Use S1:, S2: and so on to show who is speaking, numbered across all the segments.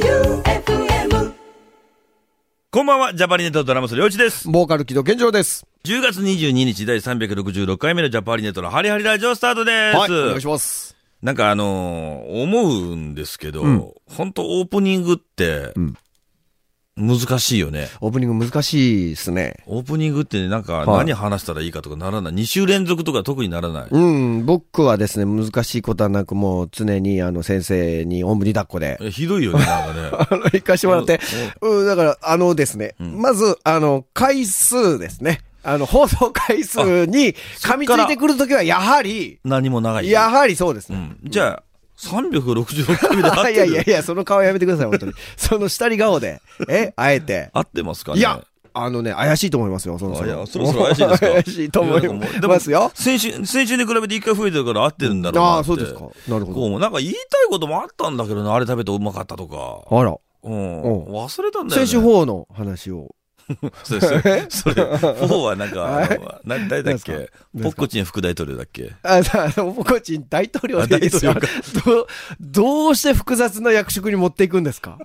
S1: J-O-E-U-F-M
S2: こんばんは、ジャパニネットドラムス、りょうちです。
S3: ボーカル木戸健二郎です。
S2: 10月22日第366回目のジャパニネットのハリハリラジオスタートです。
S3: はい、お願いします。
S2: なんかあのー思うんですけど、本当オープニングって、難しいよね。
S3: オープニング難しいですね。
S2: オープニングってなんか
S3: はい
S2: 何話したらいいかとかならない。2週連続とか特にならない。
S3: うん、僕はですね、難しいことはなく、もう常にあの先生におんぶに抱っこで、
S2: えひどい よね、なんかね。
S3: あの、行かしてもらって、うん、だから、あのですね、まず、あの、回数ですね。あの、放送回数に噛みついてくるときは、やはり、
S2: 何も長い。
S3: やはりそうです
S2: う
S3: ね。
S2: ん。じゃあ、366回目で合ってる
S3: いやいやいや、その顔やめてください、本当に。その下り顔で、え、あえて。
S2: 合ってますかね
S3: いや、あのね、怪しいと思いますよ、そろそ
S2: あいや
S3: ろ。
S2: そろそろ怪しいですか
S3: 怪しいと思
S2: や
S3: い
S2: なんかもう
S3: ますよ。
S2: 先週、先週に比べて一回増えてるから合ってるんだろうなって。
S3: ああそうですかなるほど
S2: こうもなんか言いたいこともあったんだけどな、あれ食べてうまかったとか。
S3: あら。
S2: うん。
S3: うん
S2: 忘れたんだよね。
S3: 選手4の話を。
S2: それ、そ れ、それ、フォーはなんか、
S3: は
S2: あ
S3: い
S2: のな誰だっ
S3: 何
S2: け
S3: ですか
S2: ポッコチン副大統領だっけ
S3: あ、 さあの、ポコチン大統領でいいですよ
S2: あ大。
S3: どう、どうして複雑な役職に持っていくんです か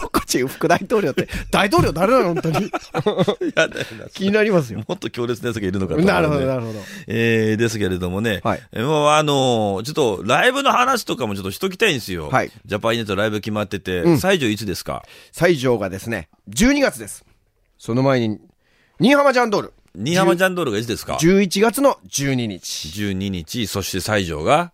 S3: ポコチン副大統領って、大統領誰なの本当に。
S2: いや、だよな
S3: 気になりま すよ。
S2: もっと強烈なやつがいるのかと思うね
S3: なるほど、なるほど。
S2: えー、ですけれどもね。
S3: はい
S2: えーまあ、あのーちょっと、ライブの話とかもちょっとしときたいんですよ。
S3: はい
S2: ジャパンネットライブ決まってて、
S3: ん
S2: 西条いつですか
S3: 西条がですね、12月です。その前に、新居浜ジャンドール、
S2: 新居浜ジャンドールがいつですか
S3: 11月の12日、
S2: 12日、そして西条が、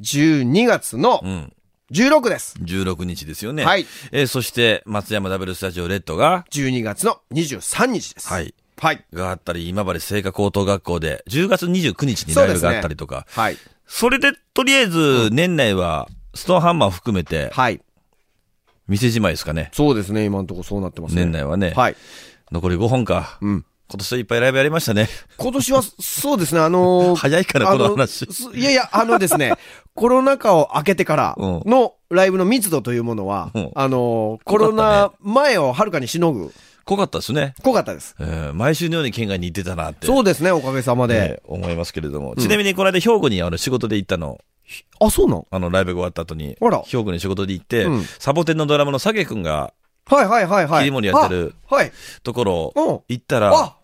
S3: 12月の
S2: うん、
S3: 16です。
S2: 16日ですよね。
S3: はい。
S2: えーそして、松山ダブルスタジオレッドが、
S3: 12月の23日です。
S2: はい。
S3: はい。
S2: があったり、今治聖火高等学校で、10月29日にライブがあったりとか。
S3: はい。
S2: そ,、れで、とりあえず、年内は、ストーンハンマー含めて、
S3: はい。
S2: 店じまいですかね。
S3: そうですね、今のところそうなってますね。
S2: 年内はね
S3: はい。
S2: 残り5本か。
S3: ん
S2: 今年はいっぱいライブやりましたね。
S3: 今年は、そうですね、あの ー
S2: 早いからこの話
S3: あのすいやいや、あので すね、コロナ禍を明けてからのライブの密度というものは、
S2: うん
S3: あのーコロナ前をはるかにしのぐ、
S2: 濃かったですね。
S3: 濃かったです。
S2: えー毎週のように県外に行ってたなって。
S3: そうですね、おかげさま
S2: ね
S3: で。
S2: 思いますけれども。ちなみに、この間、兵庫にあの仕事で行ったの。
S3: あ、そうなん
S2: あの、ライブが終わった後に、
S3: あら
S2: 兵庫に仕事で行って、
S3: うん
S2: サボテンのドラムのサゲ君が、
S3: はいはいはいは
S2: 切
S3: い。
S2: り盛りやってる
S3: あはい。
S2: ところ、
S3: うん
S2: 行ったら、
S3: あ、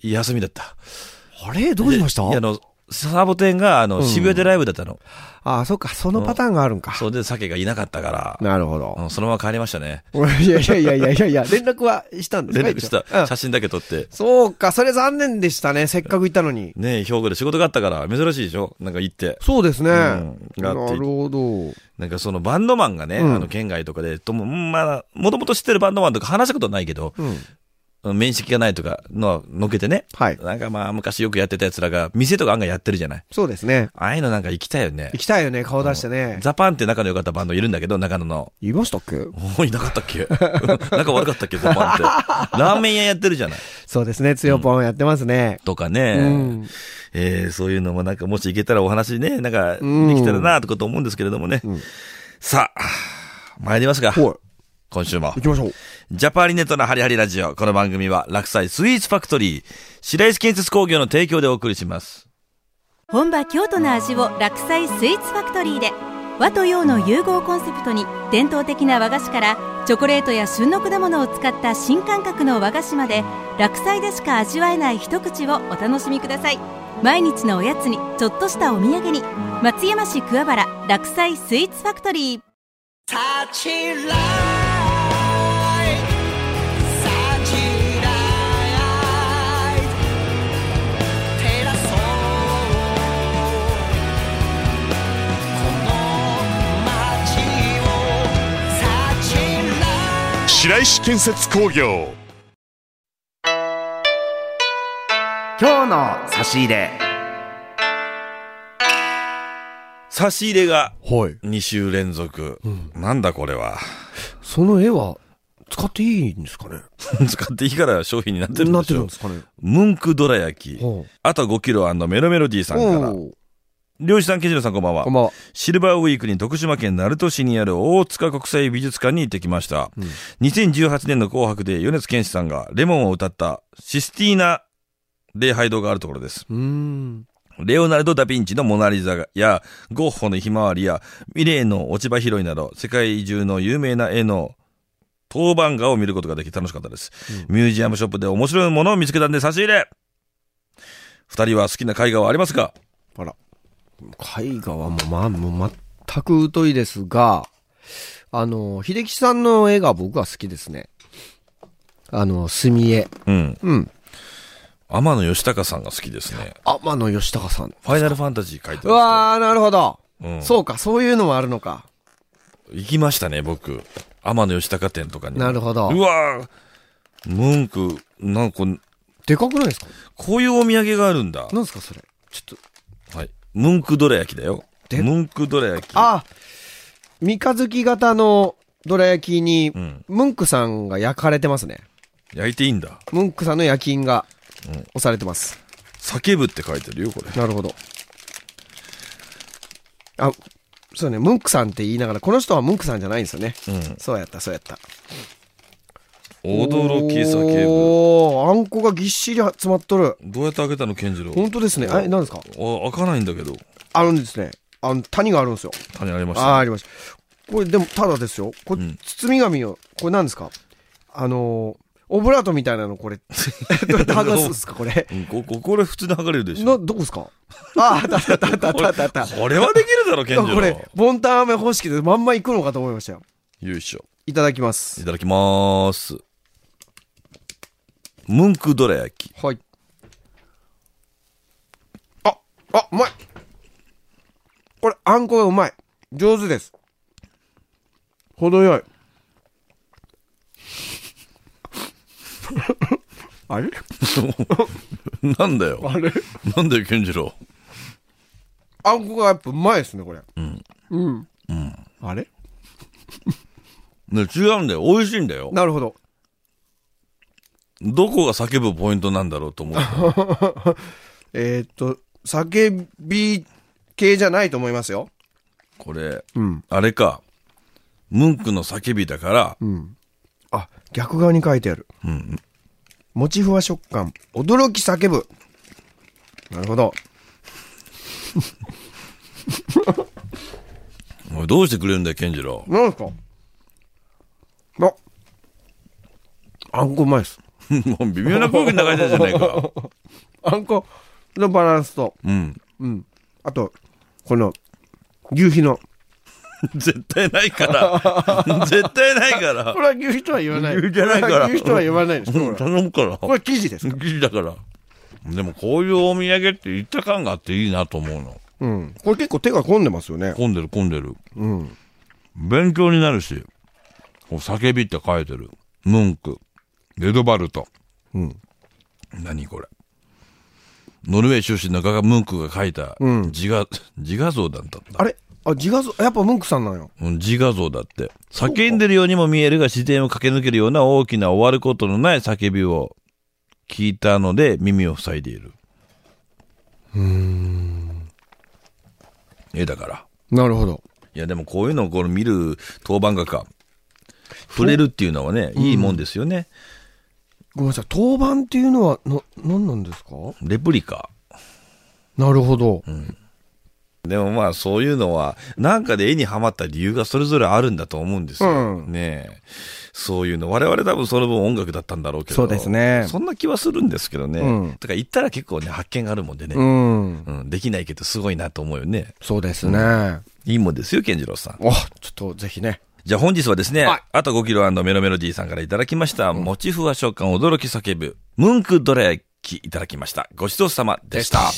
S2: 休みだった。
S3: あれどうしました
S2: いやあの、サボテンが、あの、渋谷でライブだったの。
S3: あ、そっか、そのパターンがあるんか。
S2: それで、酒がいなかったから、
S3: なるほど
S2: う。んそのまま帰りましたね。
S3: いやいやいやいやいやいや、連絡はしたんです
S2: 連
S3: か
S2: 絡し
S3: 一応う
S2: た。
S3: ん
S2: 写真だけ撮って。
S3: そうか、それ残念でしたね、せっかく行ったのに。
S2: ねえ兵庫で仕事があったから、珍しいでしょなんか行って。
S3: そうですね。
S2: んが
S3: な
S2: って
S3: るほど。
S2: なんかそのバンドマンがね、
S3: うん
S2: あの、県外とかで、とも、うんまあ、もともと知ってるバンドマンとか話したことはないけど、
S3: うん。
S2: 面識がないとかのは、のっけてね。
S3: はい。
S2: なんかまあ、昔よくやってた奴らが、店とか案外やってるじゃない。
S3: そうですね。
S2: ああいうのなんか行きたいよね
S3: 行。きたいよね、顔出してね。
S2: ザパンって仲の良かったバンドいるんだけど、中野の。
S3: 言いましたっけ
S2: おいなかったっけ 仲悪かったっけザパンって。ラーメン屋やってるじゃない。
S3: そうですね、強ポンやってますね。
S2: とかね。
S3: うん
S2: えーそういうのもなんか、もし行けたらお話ね、なんか、
S3: うん
S2: できたらな、とかと思うんですけれどもね。さあ、参りますか。
S3: はい。
S2: 今週も
S3: 行。きましょう。
S2: ジャパーリネットのハリハリラジオ。この番組は、落栽スイーツファクトリー、白石建設工業の提供でお送りします。
S4: 本場京都の味を落菜スイーツファクトリーで和と洋の融合をコンセプトに伝統的な和菓子からチョコレートや旬の果物を使った新感覚の和菓子まで落菜でしか味わえない一口をお楽しみください毎日のおやつにちょっとしたお土産に松山市桑原落菜スイーツファクトリー
S5: 白石建設工業
S6: 今日の差し入れ
S2: 差し入れが、
S3: はい。
S2: 2週連続。なんだこれは。
S3: その絵は、使っていいんですかね
S2: 使っていいから商品になってるん
S3: な
S2: で
S3: っ
S2: して
S3: るん
S2: ょ
S3: ですかね
S2: ムンクどら焼き。
S3: ほう。
S2: あと5キロメロメロディーさんから。
S3: おう
S2: 漁師さん、ケジロさんこんばんは
S3: こん。ばんは。
S2: シルバーウィークに徳島県鳴門市にある大塚国際美術館に行ってきました。2018年の紅白で米津玄師さんがレモンを歌ったシスティーナ礼拝堂があるところです。
S3: うーん。
S2: レオナルド・ダ・ヴィンチのモナリザや、ゴッホのひまわりや、ミレーの落ち葉拾いなど、世界中の有名な絵の当番画を見ることができ楽しかったです。ミュージアムショップで面白いものを見つけたんで差し入れ二人は好きな絵画はありますか
S3: あら。絵画はもう、まあ、もう全く疎いですが、あの、秀吉さんの絵が僕は好きですね。あの、墨絵。
S2: うん。
S3: うん。
S2: 天野義隆さんが好きですね。
S3: 天野義隆さん。
S2: ファイナルファンタジー書いて
S3: う
S2: ま
S3: わー、なるほど。
S2: うん
S3: そうか、そういうのもあるのか。
S2: す。行きましたね、僕。天野義隆店とかに。
S3: なるほど
S2: う。わー文句、なんかこう、
S3: でかくないですか
S2: こういうお土産があるんだ。
S3: なんですか、それ。ちょっと。
S2: はい。ムンクどら焼きだよ。
S3: で
S2: ムンクどら焼き。
S3: あ、三日月型のどら焼きに、
S2: ん
S3: ムンクさんが焼かれてますね。
S2: 焼いていいんだ。
S3: ムンクさんの焼き印が押されてます。
S2: 叫ぶって書いてるよ、これ。
S3: なるほど。あ、そうね、ムンクさんって言いながら、この人はムンクさんじゃないんですよね。
S2: ん
S3: そうやった、そうやった。
S2: 驚き叫ぶ。
S3: おーあんこがぎっしり詰まっとる。
S2: どうやって開けたの、健次郎。
S3: 本当ですね。え、何ですか
S2: あ、開かないんだけど。
S3: あるんですね。あの、谷があるんですよ。
S2: 谷ありました、
S3: あーありました。これでも、ただですよ。これ、
S2: ん
S3: 包み紙を、これ何ですかあのー、オブラートみたいなの これ、どうやって剥がすんですかこれ。
S2: うんこここれ普通に剥がれるでしょ。
S3: な、どこですかああ、あったあったあったあったあった あった。
S2: これはできるだろ、健次郎。
S3: これ、ボンタン飴方式でまんま行くのかと思いましたよ。
S2: よいしょ。
S3: いただきま
S2: い
S3: す。
S2: ただきまーす。ムンクどら焼 き。
S3: はい。あ、あ、うまい。これ、あんこがうまい。上手です。程よい。 あれ
S2: なんだよ。
S3: あれ
S2: なんだよ、健次郎。
S3: あんこがやっぱうまいですね、これ。うん。うん。あれ
S2: ね、違うんだよ。美味しいんだよ。
S3: なるほど。
S2: どこが叫ぶポイントなんだろうと思って。
S3: えーっと、叫び系じゃないと思いますよ。
S2: これ、
S3: ん
S2: あれか。ムンクの叫びだから、
S3: あ、逆側に書いてある。うん。もちふわ食感、驚き叫ぶ。なるほど。
S2: おいどうしてくれるんだよ、健次郎。
S3: なんですかあ、あんこうまいです。
S2: もう微妙な空気流れたじゃない か。
S3: あんこのバランスと、
S2: うん。
S3: あと、この、牛皮の。
S2: 絶対ない から。絶対ないから
S3: こ。れは牛皮とは言わない。
S2: 牛皮じゃないから
S3: これは牛皮とは言わないです。
S2: うん
S3: こ
S2: 頼むから。
S3: れ生地です
S2: 生
S3: か
S2: 地だから。でもこういうお土産って言った感があっていいなと思うの。
S3: うん。これ結構手が込んでますよね。
S2: 混んでる混んでる。勉強になるし。こう叫びって書いてる。ムンク。エドバルト。何これ。ノルウェー出身の画家ムンクが書いた自画、自画像だったんだ。
S3: あれあ、自画像、やっぱムンクさんなんよ。
S2: うん自画像だって。叫んでるようにも見えるが自然を駆け抜けるような大きな終わることのない叫びを聞いたので耳を塞いでいる。うん。絵だから。
S3: なるほど。
S2: いやでもこういうのをこの見る当番画家、触れるっていうのはね、いいもんですよね。
S3: ごめんなさい。当番っていうのは、な、何なんですか
S2: レプリカ。
S3: なるほど。
S2: でもまあそういうのは、なんかで絵にはまった理由がそれぞれあるんだと思うんですよ。
S3: うん
S2: ねえ。そういうの。我々多分その分音楽だったんだろうけど。
S3: そうですね
S2: そんな気はするんですけどね。
S3: うん
S2: だから言ったら結構ね、発見があるもんでね。
S3: うん。
S2: うん。できないけどすごいなと思うよね。
S3: そうですね。
S2: いいもんですよ、健次郎さん。
S3: お、ちょっとぜひね。
S2: じゃあ本日はですね、
S3: はい
S2: あと5キロメロメロディーさんからいただきました、もちふわ食感驚き叫ぶ、ムンクどら焼きいただきました。ごちそうさまでした。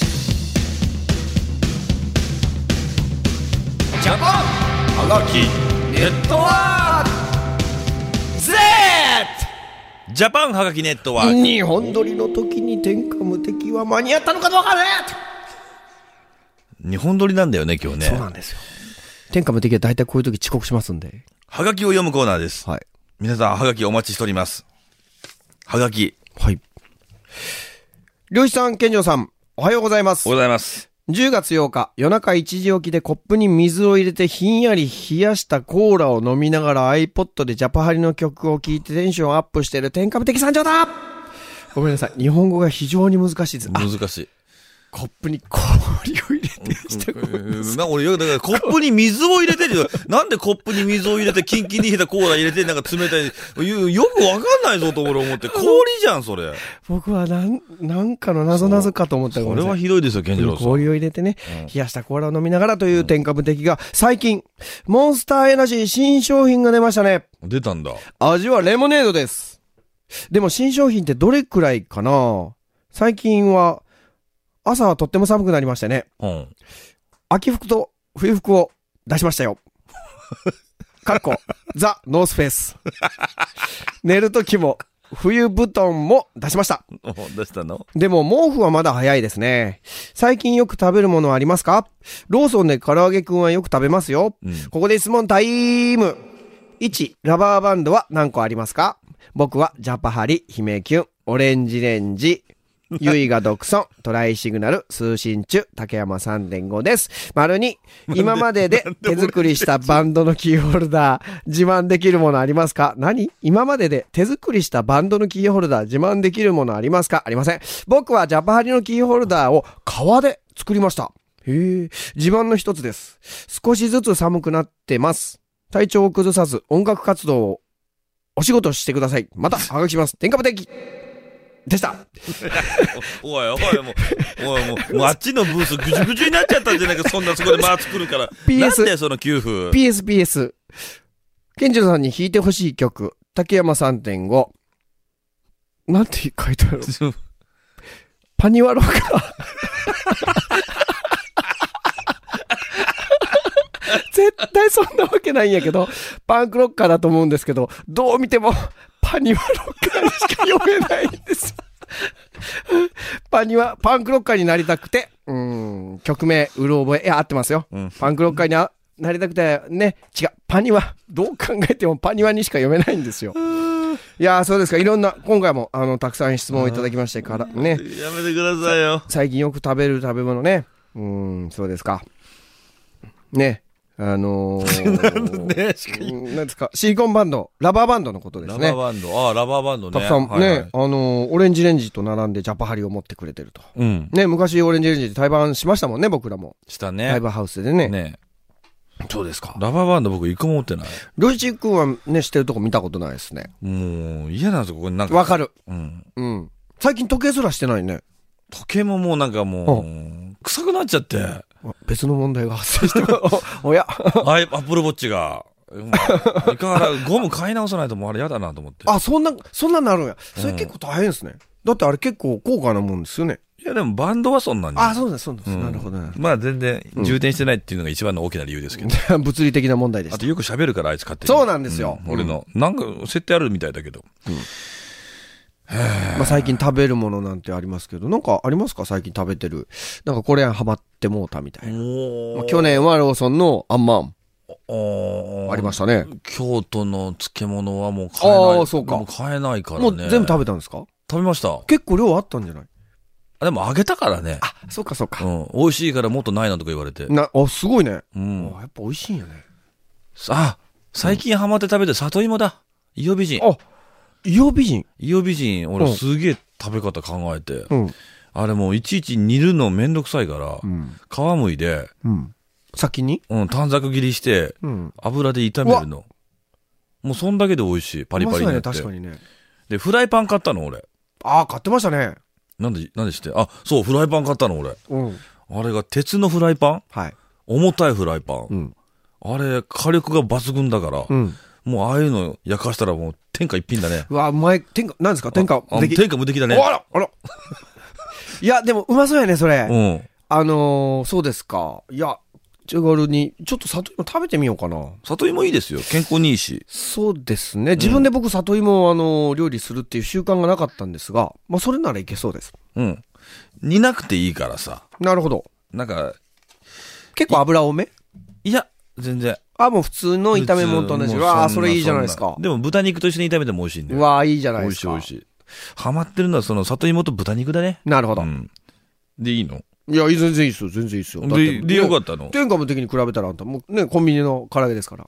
S2: ジャパンはがきネットワーク Z! ジャパンはがきネットワーク。
S3: 日本撮りの時に天下無敵は間に合ったのかどうかね
S2: 日本撮りなんだよね、今日
S3: そう
S2: ね
S3: な。んですよ。天下無敵は大体こういう時遅刻しますんで。
S2: はがきを読むコーナーです。
S3: はい。
S2: 皆さん、はがきお待ちしております。はがき、
S3: はい。漁師さん、健丈さん、おはようございます
S2: おはよう。ございます。
S3: 10月8日、夜中1時起きでコップに水を入れてひんやり冷やしたコーラを飲みながら iPod でジャパハリの曲を聴いてテンションアップしてる天下無敵参上だごめんなさい。日本語が非常に難しいです。あ、
S2: 難しい。
S3: コップに氷を入れてした
S2: えーな俺よくだからコップに水を入れて るよ。なんでコップに水を入れて、キンキンに冷えたコーラ入れて、なんか冷たい。よよくわかんないぞと俺思って。氷じゃん、それ。
S3: 僕はなん、なんかの謎謎かと思ったら
S2: それはひどいですよ、健次郎さん。
S3: 氷を入れてね、冷やしたコーラを飲みながらという添加物的が、最近、モンスターエナジー新商品が出ましたね。
S2: 出たんだ。
S3: 味はレモネードです。でも新商品ってどれくらいかな最近は、朝はとっても寒くなりましたね。
S2: うん。
S3: 秋服と冬服を出し ましたよ。かっこ、ザ・ノースフェイス。寝る時も、冬布団も出しました。
S2: 出したの
S3: でも毛布はまだ早いですね。最近よく食べるものはありますかローソンで唐揚げくんはよく食べますよ。
S2: うん
S3: ここで質問タイム。1、ラバーバンドは何個ありますか僕はジャパハリ、姫キュン、オレンジレン ジ、ユイが独尊、トライシグナル、通信中、竹山3.5です。丸2、今 までで手作りしたバンドのキーホルダー、自慢できるものありますか何今までで手作りしたバンドのキーホルダー、自慢できるものありますかありません。僕はジャパハリのキーホルダーを革で作りました。へえ、自慢の一つです。少しずつ寒くなってます。体調を崩さず、音楽活動をお仕事してください。また、はがきします。天下無敵でした。
S2: おいおいもう、おいもう、もうあっちのブースぐじゅぐじゅになっちゃったんじゃないか、そんなそこで回作るから。
S3: PS
S2: なんだよ、その給付。
S3: PSPS。ケンジロさんに弾いてほしい曲、竹山3.5。なんて書いてあるのパニワロか。絶対そんなわけないんやけど、パンクロッカーだと思うんですけど、どう見てもパニワロッカーにしか読めないんです。パニワ、パンクロッカーになりたくて、うーん、曲名、うろ覚え、いや、合ってますよ。
S2: うん
S3: パンクロッカーにあなりたくて、ね、違う、パニワ、どう考えてもパニワにしか読めないんですよ。いやー、そうですか、いろんな、今回も、あの、たくさん質問をいただきましてから、ね、
S2: やめてください よ。
S3: 最近よく食べる食べ物ね。うーん、そうですか。ね、あの ー、
S2: ね、しか
S3: うんなんですか、シリコンバンド、ラバーバンドのことです
S2: ラ
S3: ね
S2: バー。バンド。ああ、ラバーバンドね。
S3: たくさんね、
S2: はいはい
S3: あのーオレンジレンジと並んでジャパハリを持ってくれてると。
S2: うん。
S3: ね、昔オレンジレンジで対バンしましたもんね、僕らも。
S2: した
S3: ライ
S2: ね。
S3: ブハウスでね。
S2: ね
S3: そうですか。
S2: ラバーバンド僕一個も持ってない。
S3: ロイチ君はね、してるとこ見たことないですね。
S2: もう、嫌なんですよ、ここになんか。
S3: わかる。
S2: うん。
S3: うん。最近時計すらしてないね。
S2: 時計ももうなんかもう、臭くなっちゃ って。
S3: あ別の問題が発生してる。 おおや。
S2: あい、アップルウォッチが。うんいかがら、ゴム買い直さないともうあれ嫌だなと思って。
S3: あ、そんな、そんなんなるんや。それ結構大変ですね。だってあれ結構高価なもんですよね。
S2: いや、でもバンドはそんなに。
S3: あ、そうです、そうです。
S2: うん
S3: なるほど、なるほ
S2: まあ全然、充填してないっていうのが一番の大きな理由ですけど。
S3: ど。 物理的な問題でし
S2: あ
S3: た
S2: と。よく喋るから、あいつ買って
S3: そうなんですよ
S2: 俺の。なんか、設定あるみたいだけど。
S3: まあ、最近食べるものなんてありますけど、なんかありますか最近食べてる。なんかこれハマってもうたみたいな。まあ、去年はローソンのアンマン
S2: お
S3: ありま
S2: し
S3: したね。
S2: 京都の漬物はもう買えない。
S3: あーそうか
S2: もう買えないからね。
S3: もう全部食
S2: べ、
S3: べたんですか
S2: 食べました。
S3: 結構量あったんじゃない
S2: あでも揚げたからね。
S3: あ、そうかそう
S2: う
S3: か。
S2: ん。美味しいからもっとないなとか言われて。
S3: な、あ、すごいね。
S2: うん。
S3: あやっぱ美味しいんやね。
S2: あ、最近ハマって食べてる里芋だ。伊予美人。
S3: あ、伊予美人。
S2: 伊予美人、俺
S3: うん
S2: すげえ食べ方考えて。
S3: うん。
S2: あれもういちいち煮るのめんどくさいから、
S3: ん
S2: 皮むいで、
S3: うん。先に
S2: うん、短冊切りして、
S3: うん。
S2: 油で炒めるの。もうそんだけで美味しい。パリパリに
S3: うまそ
S2: な
S3: うや
S2: っ
S3: ね、
S2: て。
S3: 確かにね。
S2: で、フライパン買ったの、俺。
S3: ああ、買ってましたね。
S2: なんで、なんでしてあ、そう、フライパン買ったの、俺。
S3: うん。
S2: あれが鉄のフライパン
S3: はい。
S2: 重たいフライパン。
S3: ん
S2: あれ、火力が抜群だから、
S3: うん。
S2: もうああいうの焼かしたらもう天下一品だね。
S3: うわ、うまい。天下、なんですか天下
S2: あ
S3: でき。
S2: 天下無敵だね。
S3: あら、 あら。いや、でも、うまそうやね、それ。
S2: うん。
S3: あのー、そうですか。いや、手軽に、ちょっと里芋食べてみようかな。
S2: 里芋いいですよ。健康にいいし。
S3: そうですね。自分で僕、里芋を、あのー料理するっていう習慣がなかったんですが、まあ、それならいけそうです。
S2: うん。煮なくていいからさ。
S3: なるほど。
S2: なんか、
S3: 結構油多め
S2: いや、全然。
S3: あ、もう普通の炒め物と同じ。
S2: 普通も
S3: う
S2: う
S3: わあ、
S2: ん
S3: それいいじゃないですか
S2: そん。でも豚肉と一緒に炒めても美味しいんだ
S3: う
S2: よ。
S3: わあ、いいじゃない
S2: 美
S3: で
S2: 味
S3: す
S2: しい
S3: か。
S2: 美味しい。ハマってるのはその里芋と豚肉だね。
S3: なるほど。
S2: うん。で、いいの
S3: いや、全然いいっすよ、全然いいっすよ。だって
S2: で、で、よかったの
S3: 天下無敵に比べたらあんた、もうね、コンビニの唐揚げですから。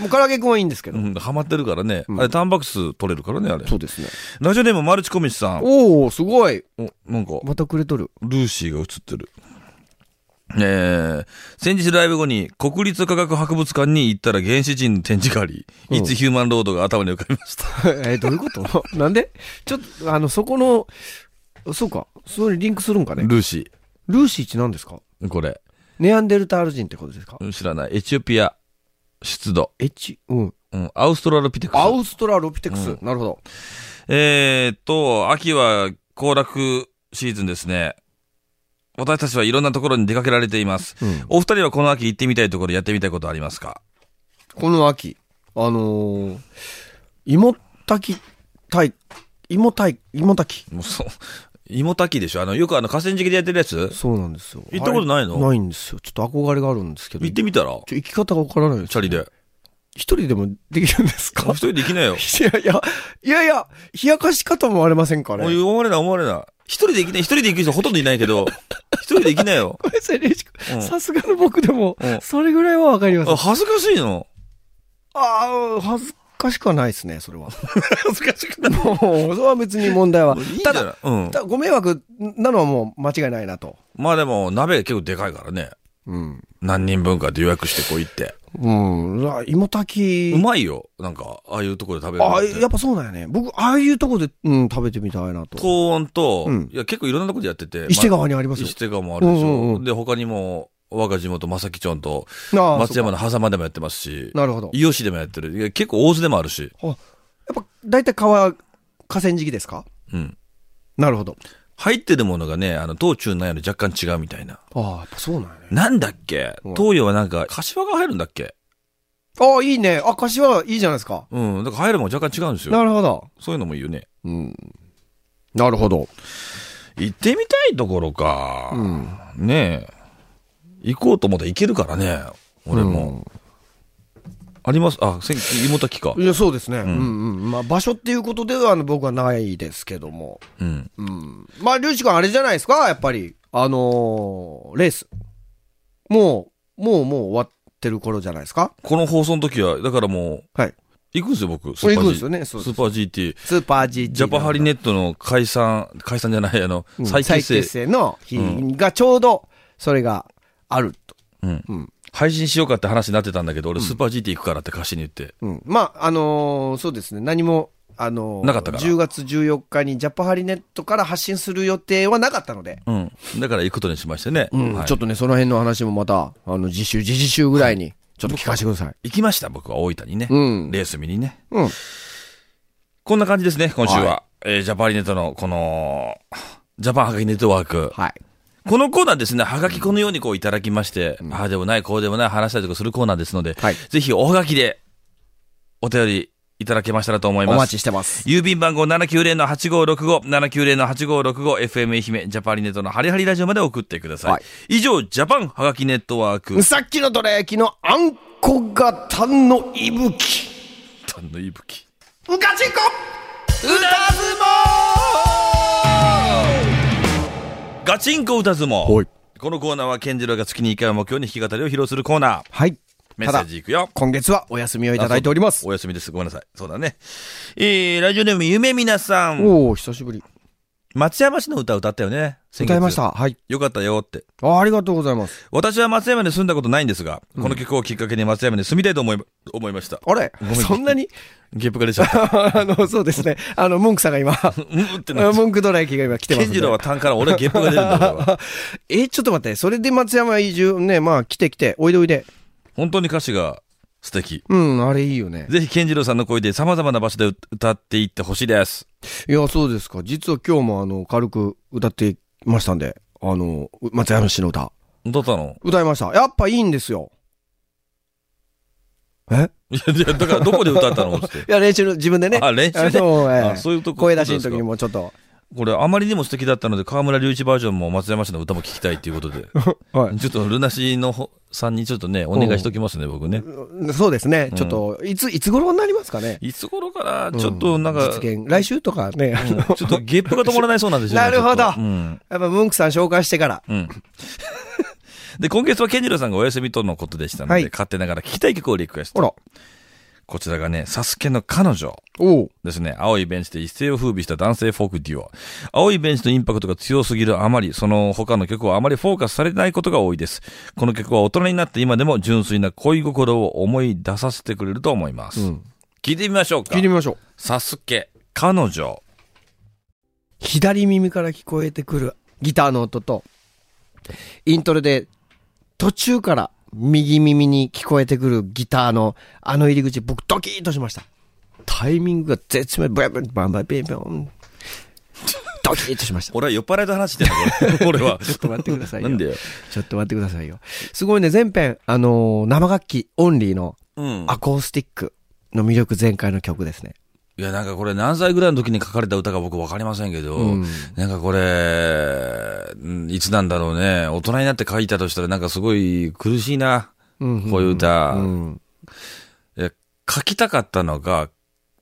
S3: もう唐揚げく んはいいんですけ
S2: う
S3: ど。
S2: ん、ハマってるからね。あれ、タンパク質取れるからね、あれ。
S3: そうですね。
S2: ラジオネームマルチコミチさん。
S3: おおすごい
S2: お、なんか、
S3: またくれとる。
S2: ルーシーが映ってる。えー、先日ライブ後に国立科学博物館に行ったら原始人の展示があり、いつヒューマンロードが頭に浮かびました。
S3: え、どういうこと なんでちょっと、あの、そこの、そうか、それにリンクするんかね。
S2: ルーシ
S3: ルーシーって何ですか
S2: ー。これ。
S3: ネアンデルタール人ってことですか
S2: 知らない。エチオピア、出土。
S3: エチ、うん。
S2: うん。アウストラロピテクス。
S3: アウストラロピテクス。なるほど。
S2: えーっと、秋は行楽シーズンですね。私たちはいろんなところに出かけられています。お二人はこの秋行ってみたいところやってみたいことありますか
S3: この秋、あのー、芋炊き、大、芋炊き、芋炊き。
S2: もうそう、芋炊きでしょあの、よくあの河川敷でやってるやつ
S3: そうなんですよ。
S2: 行ったことないの
S3: あれないんですよ。ちょっと憧れがあるんですけど。
S2: 行ってみたら
S3: ちょ行き方がわからないです。
S2: チャリで。
S3: 一人でもできるんです
S2: あ
S3: か
S2: 一人で行きなよ。
S3: いやいや、いやいや、冷やかし方もありませんかね。
S2: おい思われない思われない。一人で行きな一人で行く人ほとんどいないけど、一人で行きな よ。
S3: ごめんなさい、レイジ
S2: うん
S3: 君。さすがの僕でも
S2: うん、
S3: それぐらいはわかります。
S2: あ、恥ずかしいの。
S3: ああ、恥ずかしくはないですね、それは。
S2: 恥ずかしくない。
S3: もう、それは別に問題は。
S2: いいんじ
S3: た
S2: ゃな
S3: だ
S2: い、うん。
S3: ただご迷惑なのはもう間違いないなと。
S2: まあでも、鍋結構でかいからね。
S3: うん。
S2: 何人分かで予約してこう行って。
S3: うん。うわ芋炊
S2: う
S3: き。
S2: まいよ。なんか、ああいうところで食べるのっ
S3: ああ、
S2: て。
S3: やっぱそうなんやね。僕、ああいうとこで、うん、食べてみたいなと。
S2: 高温と、
S3: うん
S2: いや、結構いろんなとこでやってて。
S3: 伊勢川にあり
S2: ま
S3: ますよ
S2: 伊。勢川もあるでしょ。
S3: うんうんうん
S2: で、他にも、我が地元、正木町と、
S3: なあ、
S2: 松
S3: そう
S2: 山の狭間でもやってますし、
S3: なるほど。
S2: 伊予市でもやってる。いや、結構大津でもあるし。
S3: あやっぱ、大体川、河川敷ですか
S2: うん。
S3: なるほど。
S2: 入ってるものがね、あの、東中南野で若干違うみたいな。
S3: ああ、やっぱそうなんやね。
S2: なんだっけ
S3: うん
S2: 東洋はなんか、柏が入るんだっけ
S3: ああ、いいね。あ、柏いいじゃないですか。
S2: うん。だから入るもん若干違うんですよ。
S3: なるほど。
S2: そういうのもいいよね。
S3: うん。なるほど。
S2: 行ってみたいところか。
S3: うん。
S2: ねえ。行こうと思ったら行けるからね。俺も。あります。あ、せん芋炊きか
S3: い。や、そうですね。うんんうん。まあ、場所っていうことでは、あの、僕はないですけども。
S2: うん。
S3: うん。まあ、りゅうちくんあれじゃないですか、やっぱり。あのーレース。もう、もう、もう終わってる頃じゃないですか。
S2: この放送の時は、だからも
S3: はい。
S2: う、行くんですよ、僕。ス
S3: これ
S2: ー
S3: 行
S2: パ
S3: くん
S2: ー
S3: ですよ
S2: GT。
S3: ね。そう
S2: ス
S3: で
S2: ー
S3: す
S2: パー GT。
S3: スーパー GT。
S2: ジャパハリネットの解散、解散じゃない、あの、
S3: うん
S2: 再
S3: 再
S2: 結
S3: 結
S2: 成。
S3: 成の日
S2: う
S3: がちょうど、それがあると。
S2: うん
S3: うん。
S2: 配信しようかって話になってたんだけど、俺スーパー GT 行くからって歌詞に言って。
S3: うん、まあ、あのーそうですね、何も、あのー
S2: なかったから
S3: 10月14日にジャパハリネットから発信する予定はなかったので、
S2: うん。だから行くことにしましてね。
S3: うん
S2: はい
S3: ちょっとね、その辺の話もまた、あの、次週、次々週ぐらいに、ちょっと聞かせてください。
S2: 行きました、僕は大分にね。
S3: うん
S2: レース見にね。
S3: うん
S2: こんな感じですね、今週は。
S3: は
S2: えージャパハリネットの、この、ジャパンハガキネットワーク。
S3: はい。
S2: このコーナーですね、はがきこのようにこういただきまして、ああでもない、こうでもない、話したりとかするコーナーですので、
S3: はい
S2: ぜひおはがきでお便りいただけましたらと思い
S3: お
S2: ます。
S3: 待ちしてます。
S2: 郵便番号790-8565、790-8565、FM 愛媛、ジャパリネットのハリハリラジオまで送ってください。
S3: はい
S2: 以上、ジャパンハガキネットワーク。
S3: さっきのどら焼きのあんこ型の息吹、
S2: たんの息吹。
S3: うかちんこ
S2: ガチンコ歌相撲。
S3: はい
S2: このコーナーは、ケンジローが月に1回を目標に弾き語りを披露するコーナー。
S3: はい。
S2: メッセージいくよ。
S3: 今月はお休みをいただいておりま
S2: あそ
S3: す
S2: う。お休みです。ごめんなさい。そうだね。えー、ラジオネーム、ゆめみなさん。
S3: おお久しぶり。
S2: 松山市の歌を歌ったよね。先月
S3: 歌いまし。た。はい。
S2: よかったよって。
S3: あありがとうございます。
S2: 私は松山に住んだことないんですが、この曲をきっかけに松山に住みたいと思い、思いました。
S3: あれ
S2: ごめん
S3: そんなに
S2: ゲップが出ちゃった。
S3: あの、そうですね。あの、文句さんが今、
S2: うんうんってなっちゃっ
S3: 文句ドラ焼きが今来て
S2: た。ケ
S3: ます
S2: ン
S3: ん
S2: ジ
S3: で。
S2: ローは単から俺はゲップが出るんだよ俺は。
S3: え、ちょっと待って。それで松山移住、ね、まあ来て来て、おいでおいで。
S2: 本当に歌詞が素敵。
S3: うん、あれいいよね。
S2: ぜひ、ケンジローさんの声で様々な場所で歌っていってほしいです。
S3: いや、そうですか。実は今日もあの、軽く歌ってましたんで、あの、う松山市の歌。
S2: どうだったの
S3: 歌いました。やっぱいいんですよ。え
S2: いや、いやだからどこで歌ったのって。
S3: いや、練習の、自分 でね。
S2: あ、練習
S3: あ
S2: ね。
S3: のええ
S2: あそういうとこ
S3: 声出しの時にもちょっと。
S2: これ、あまりにも素敵だったので、河村隆一バージョンも松山市の歌も聴きたいということで、
S3: はい。
S2: ちょっとルナシーのほさんにちょっとね、お願いしときますね、僕ね。
S3: そうですね。ちょっと、いつ、いつ頃になりますかね。
S2: いつ頃から、ちょっとなんか、
S3: 実現。来週とかね、あの
S2: ちょっとゲップが止まらないそうなんですよね。
S3: なるほど
S2: ちょっとうん。
S3: やっぱムンクさん紹介してから。
S2: うん。 で、今月はケンジローさんがお休みとのことでしたので、
S3: はい
S2: 勝手ながら聞きたい曲をリクエス
S3: ほ
S2: ト。
S3: ら。
S2: こちらがね、サスケの彼女。
S3: おう。
S2: ですね。青いベンチで一世を風靡した男性フォークデュオ。青いベンチのインパクトが強すぎるあまり、その他の曲はあまりフォーカスされないことが多いです。この曲は大人になって今でも純粋な恋心を思い出させてくれると思います。聞いてみましょうか
S3: 聞い。てみましょう。
S2: サスケ、彼女。
S3: 左耳から聞こえてくるギターの音と、イントロで途中から右耳に聞こえてくるギターのあの入り口、僕ドキーンとしました。タイミングが絶妙、ブラブラブラブラブラブラブラドキーンとしました。
S2: 俺は酔っ払いの話してんだ、これ 俺は。
S3: ちょっと待ってくださいよ。
S2: なんでよ。
S3: ちょっと待ってくださいよ。すごいね、前編、あのー生楽器オンリーの
S2: うん。
S3: アコースティックの魅力全開の曲ですね。
S2: いや、なんかこれ何歳ぐらいの時に書かれた歌か僕わかりませんけど、
S3: うん
S2: なんかこれ、うんいつなんだろうね。大人になって書いたとしたらなんかすごい苦しいな。
S3: うん
S2: こういう歌。
S3: うん。
S2: いや書きたかったのか、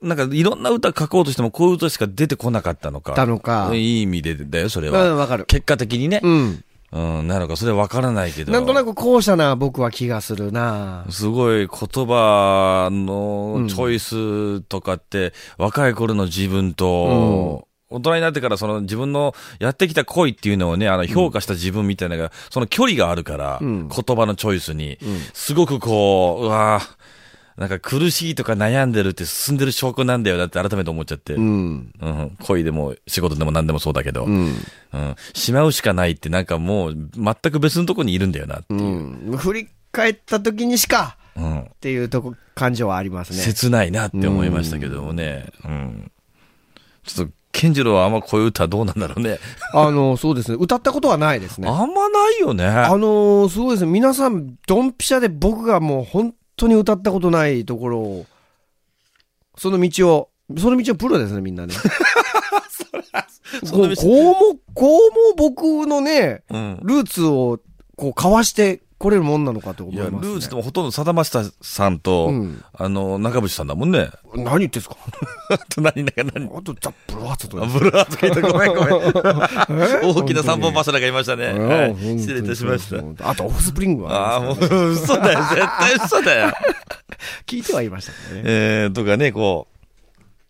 S2: なんかいろんな歌書こうとしてもこういう歌しか出てこなかったのか。
S3: たのか。うん、
S2: いい意味でだよ、それは。
S3: わかる。
S2: 結果的にね。
S3: うん。
S2: うん、なのか、それはわからないけど。
S3: なんとなく後者な僕は気がするな
S2: すごい言葉のチョイスとかって、若い頃の自分と、大人になってからその自分のやってきた恋っていうのをね、あの評価した自分みたいなのが、その距離があるから、
S3: うん
S2: 言葉のチョイスに、すごくこう、うわぁなんか苦しいとか悩んでるって進んでる証拠なんだよだって改めて思っちゃって。うん
S3: ん。
S2: 恋でも仕事でも何でもそうだけど、うん
S3: ん。
S2: しまうしかないってなんかもう全く別のとこにいるんだよなっていうう。
S3: ん。振り返った時にしか
S2: うん
S3: っていうとこ、感情はありますね。
S2: 切ないなって思いましたけどもね。うん。ちょっと、健次郎はあんまこういう歌どうなんだろうね。
S3: あの、そうですね。歌ったことはないですね。
S2: あんまないよね。
S3: あのーすごいですね。皆さん、ドンピシャで僕がもう本当に歌ったことないところを、その道を、その道をプロですね、みんなね。
S2: その道
S3: こうこうも、こうも僕のね、
S2: うん。
S3: ルーツを、こう、かわしてこれるもんなのかと思
S2: い
S3: い
S2: や、
S3: ます、
S2: ル
S3: ね。
S2: ーツでもほとんどさだまささんと、
S3: うん
S2: あの、中渕さんだもんね。
S3: 何言ってんすか
S2: あと何、何、何。
S3: あと、ザ・ブラーツと
S2: あ
S3: か。
S2: ブラーとか言ったごめんごめ ん。 大きな三本
S3: バ
S2: 柱がいましたね。はい失礼いたしました。
S3: た。あと、オフスプリング
S2: ああ、
S3: はあり
S2: も
S3: ま
S2: う
S3: すからね、
S2: 嘘だよ。絶対嘘だよ。
S3: 聞いてはいましたけどね。
S2: えー、とかね、こう、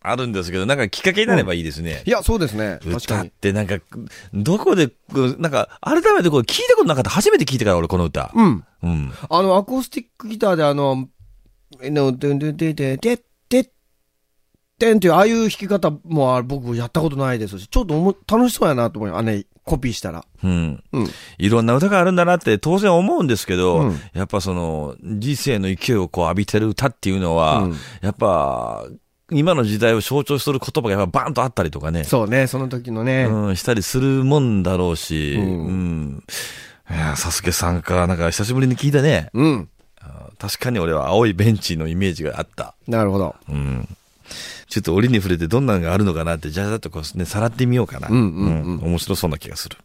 S2: あるんですけど、なんかきっかけになればいいですね。
S3: いや、そうですね。確
S2: 歌
S3: か
S2: っ
S3: に。
S2: てなんか、どこで、こうなんか、改めてこう聞いたことなかった。初めて聞いたから俺この歌。
S3: うん。
S2: うん。
S3: あの、アコースティックギターであの、えの、てんてんてんてんてんてんてんっていう、ああいう弾き方もあ僕やったことないですし、ちょっとおも楽しそうやなと思いあね、コピーしたら。
S2: うん。
S3: うん。
S2: いろんな歌があるんだなって当然思うんですけど、
S3: うん
S2: やっぱその、人生の勢いをこう浴びてる歌っていうのは、
S3: うん
S2: やっぱ、今の時代を象徴する言葉がやっぱバンとあったりとかね。
S3: そうね、その時のね。
S2: うん、したりするもんだろうし、う
S3: うんん。
S2: いや、サスケさんか、なんか久しぶりに聞いたね。
S3: うん。
S2: あ確かに俺は青いベンチのイメージがあった。
S3: なるほど。
S2: うん。ちょっと折に触れてどんなのがあるのかなって、じゃあざっとこうね、さらってみようかな。
S3: うんうんうん
S2: 面白そうな気がする。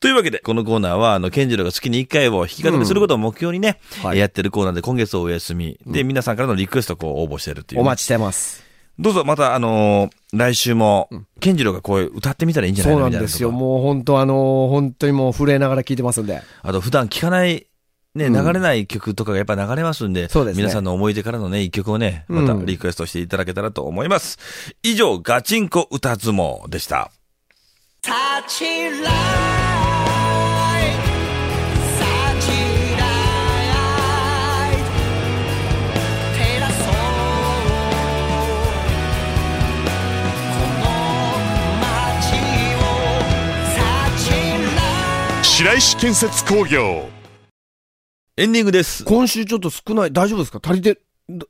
S2: というわけで、このコーナーは、あの、ケンジローが月に1回を弾き語りすることを目標にね、
S3: はい
S2: やってるコーナーで今月はお休み。で、皆さんからのリクエストをこう応募してるっていう、
S3: お待ちしてます。
S2: どうぞまた、あのー来週も、ケンジローがこう歌ってみたらいいんじゃな
S3: そ
S2: いうの
S3: なん
S2: みたいな
S3: で
S2: とか
S3: すよ。もう本当あのー本当にもう震えながら聞いてますんで。
S2: あと、普段聴かない、ね、
S3: うん
S2: 流れない曲とかがやっぱ流れますんで、
S3: そうですね
S2: 皆さんの思い出からのね、一曲をね、また
S3: うん
S2: リクエストしていただけたらと思います。以上、ガチンコ歌相撲でした。
S5: 白石建設工業
S2: エンディングです。
S3: 今週ちょっと少ない、大丈夫ですか足りて、ど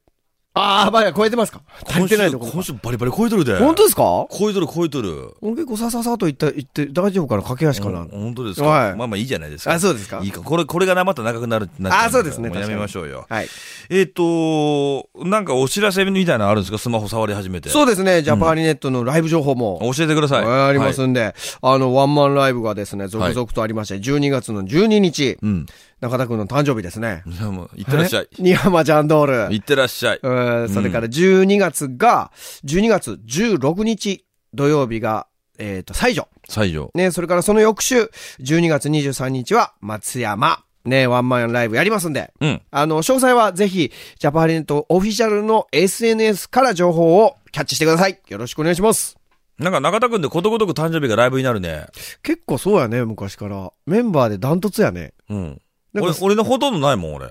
S3: あー、ばいや、超えてますか足りてないところか
S2: 今週今週バリバリ超えとるで。
S3: 本当ですか
S2: 超えとる超えとる。
S3: 俺結構さささと言った、言って大丈夫かな駆け足かな、
S2: うん本当ですか、
S3: はい
S2: まあまあいいじゃないですか。
S3: あそうですか
S2: いいか。これ、これがなまた長くなる、なっちゃから
S3: あそうですね
S2: もうや
S3: 確か
S2: め
S3: に
S2: ましょうよ。
S3: はい。
S2: えっ、と、なんかお知らせみたいなのあるんですかスマホ触り始めて。
S3: そうですね。ジャパーリネットのライブ情報も。
S2: 教えてください。
S3: あります
S2: はい
S3: んで、あの、ワンマンライブがですね、続々とありまして、12月の12日、
S2: うん。
S3: 中田くんの誕生日ですね。
S2: いやもう行ってらっしゃい。
S3: ニハマジャンドール。
S2: 行ってらっしゃい。
S3: うんそれから12月が、12月16日土曜日が、えっ、と、西条。
S2: 西条。
S3: ね、それからその翌週、12月23日は松山。ね、ワンマンライブやりますんで。
S2: うん。
S3: あの、詳細はぜひ、ジャパハリネットオフィシャルの SNS から情報をキャッチしてください。よろしくお願いします。
S2: なんか中田くんでことごとく誕生日がライブになるね。
S3: 結構そうやね、昔から。メンバーでダントツやね。
S2: うん。
S3: なんか
S2: 俺、俺のほとんどないもん、俺。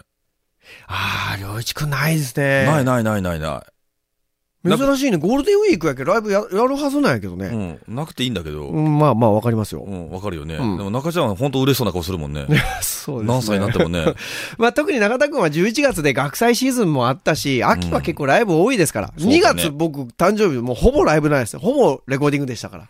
S3: あー、りょういちくんないですね。
S2: ないないないないななんか
S3: 珍しいね。ゴールデンウィークやけど、ライブややるはずなんやけど
S2: い。う
S3: ね。
S2: ん。なくていいんだけど。
S3: うん、まあまあ、わかりますよ
S2: う。ん、わかるよね。
S3: うん
S2: でも中ちゃんは本当嬉しそうな顔するもんね。
S3: そうです
S2: 何歳
S3: ね。
S2: になっても ね。
S3: まあ、特に中田くんは11月で学祭シーズンもあったし、秋は結構ライブ多いですから。
S2: そうだね
S3: 2月僕誕生日もうほぼライブないですよ。ほぼレコーディングでしたから。
S2: あ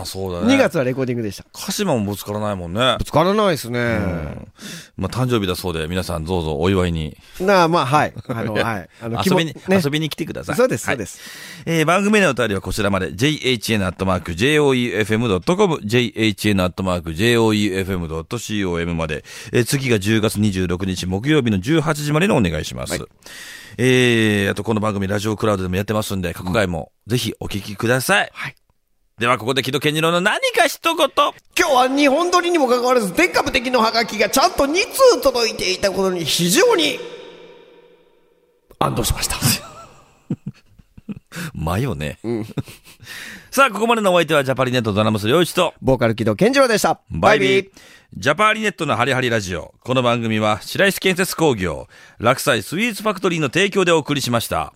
S2: あ、そうだね。
S3: 2。月はレコーディングでした。
S2: 鹿島もぶつからないもんね。
S3: ぶつからないです
S2: う
S3: ね。
S2: ん。まあ、誕生日だそうで、皆さんどうぞお祝いに。
S3: なあ、まあ、はい。あの、はい。あの、気
S2: 遊
S3: も
S2: びに、
S3: ね
S2: 遊びに来てください。
S3: そうです、そ
S2: は
S3: う
S2: い
S3: です。
S2: えー番組へのお便りはこちらまで、jhn.joefm.com、jhn.joefm.com まで、えー次が10月26日木曜日の18時までのお願いします。えーあとこの番組ラジオクラウドでもやってますんで、過去回もぜひお聞きください。
S3: はい
S2: ではここで木戸健二郎の何か一言
S3: 今日は日本撮りにもかかわらず、天下無敵のハガキがちゃんと2通届いていたことに非常に安堵しました。
S2: 迷うね。 さあ、ここまでのお相手はジャパリネットドラムス良一と、
S3: ボーカル起動健次郎でした。
S2: バイビー。ジャパーリネットのハリハリラジオ。この番組は白石建設工業、落栽スイーツファクトリーの提供でお送りしました。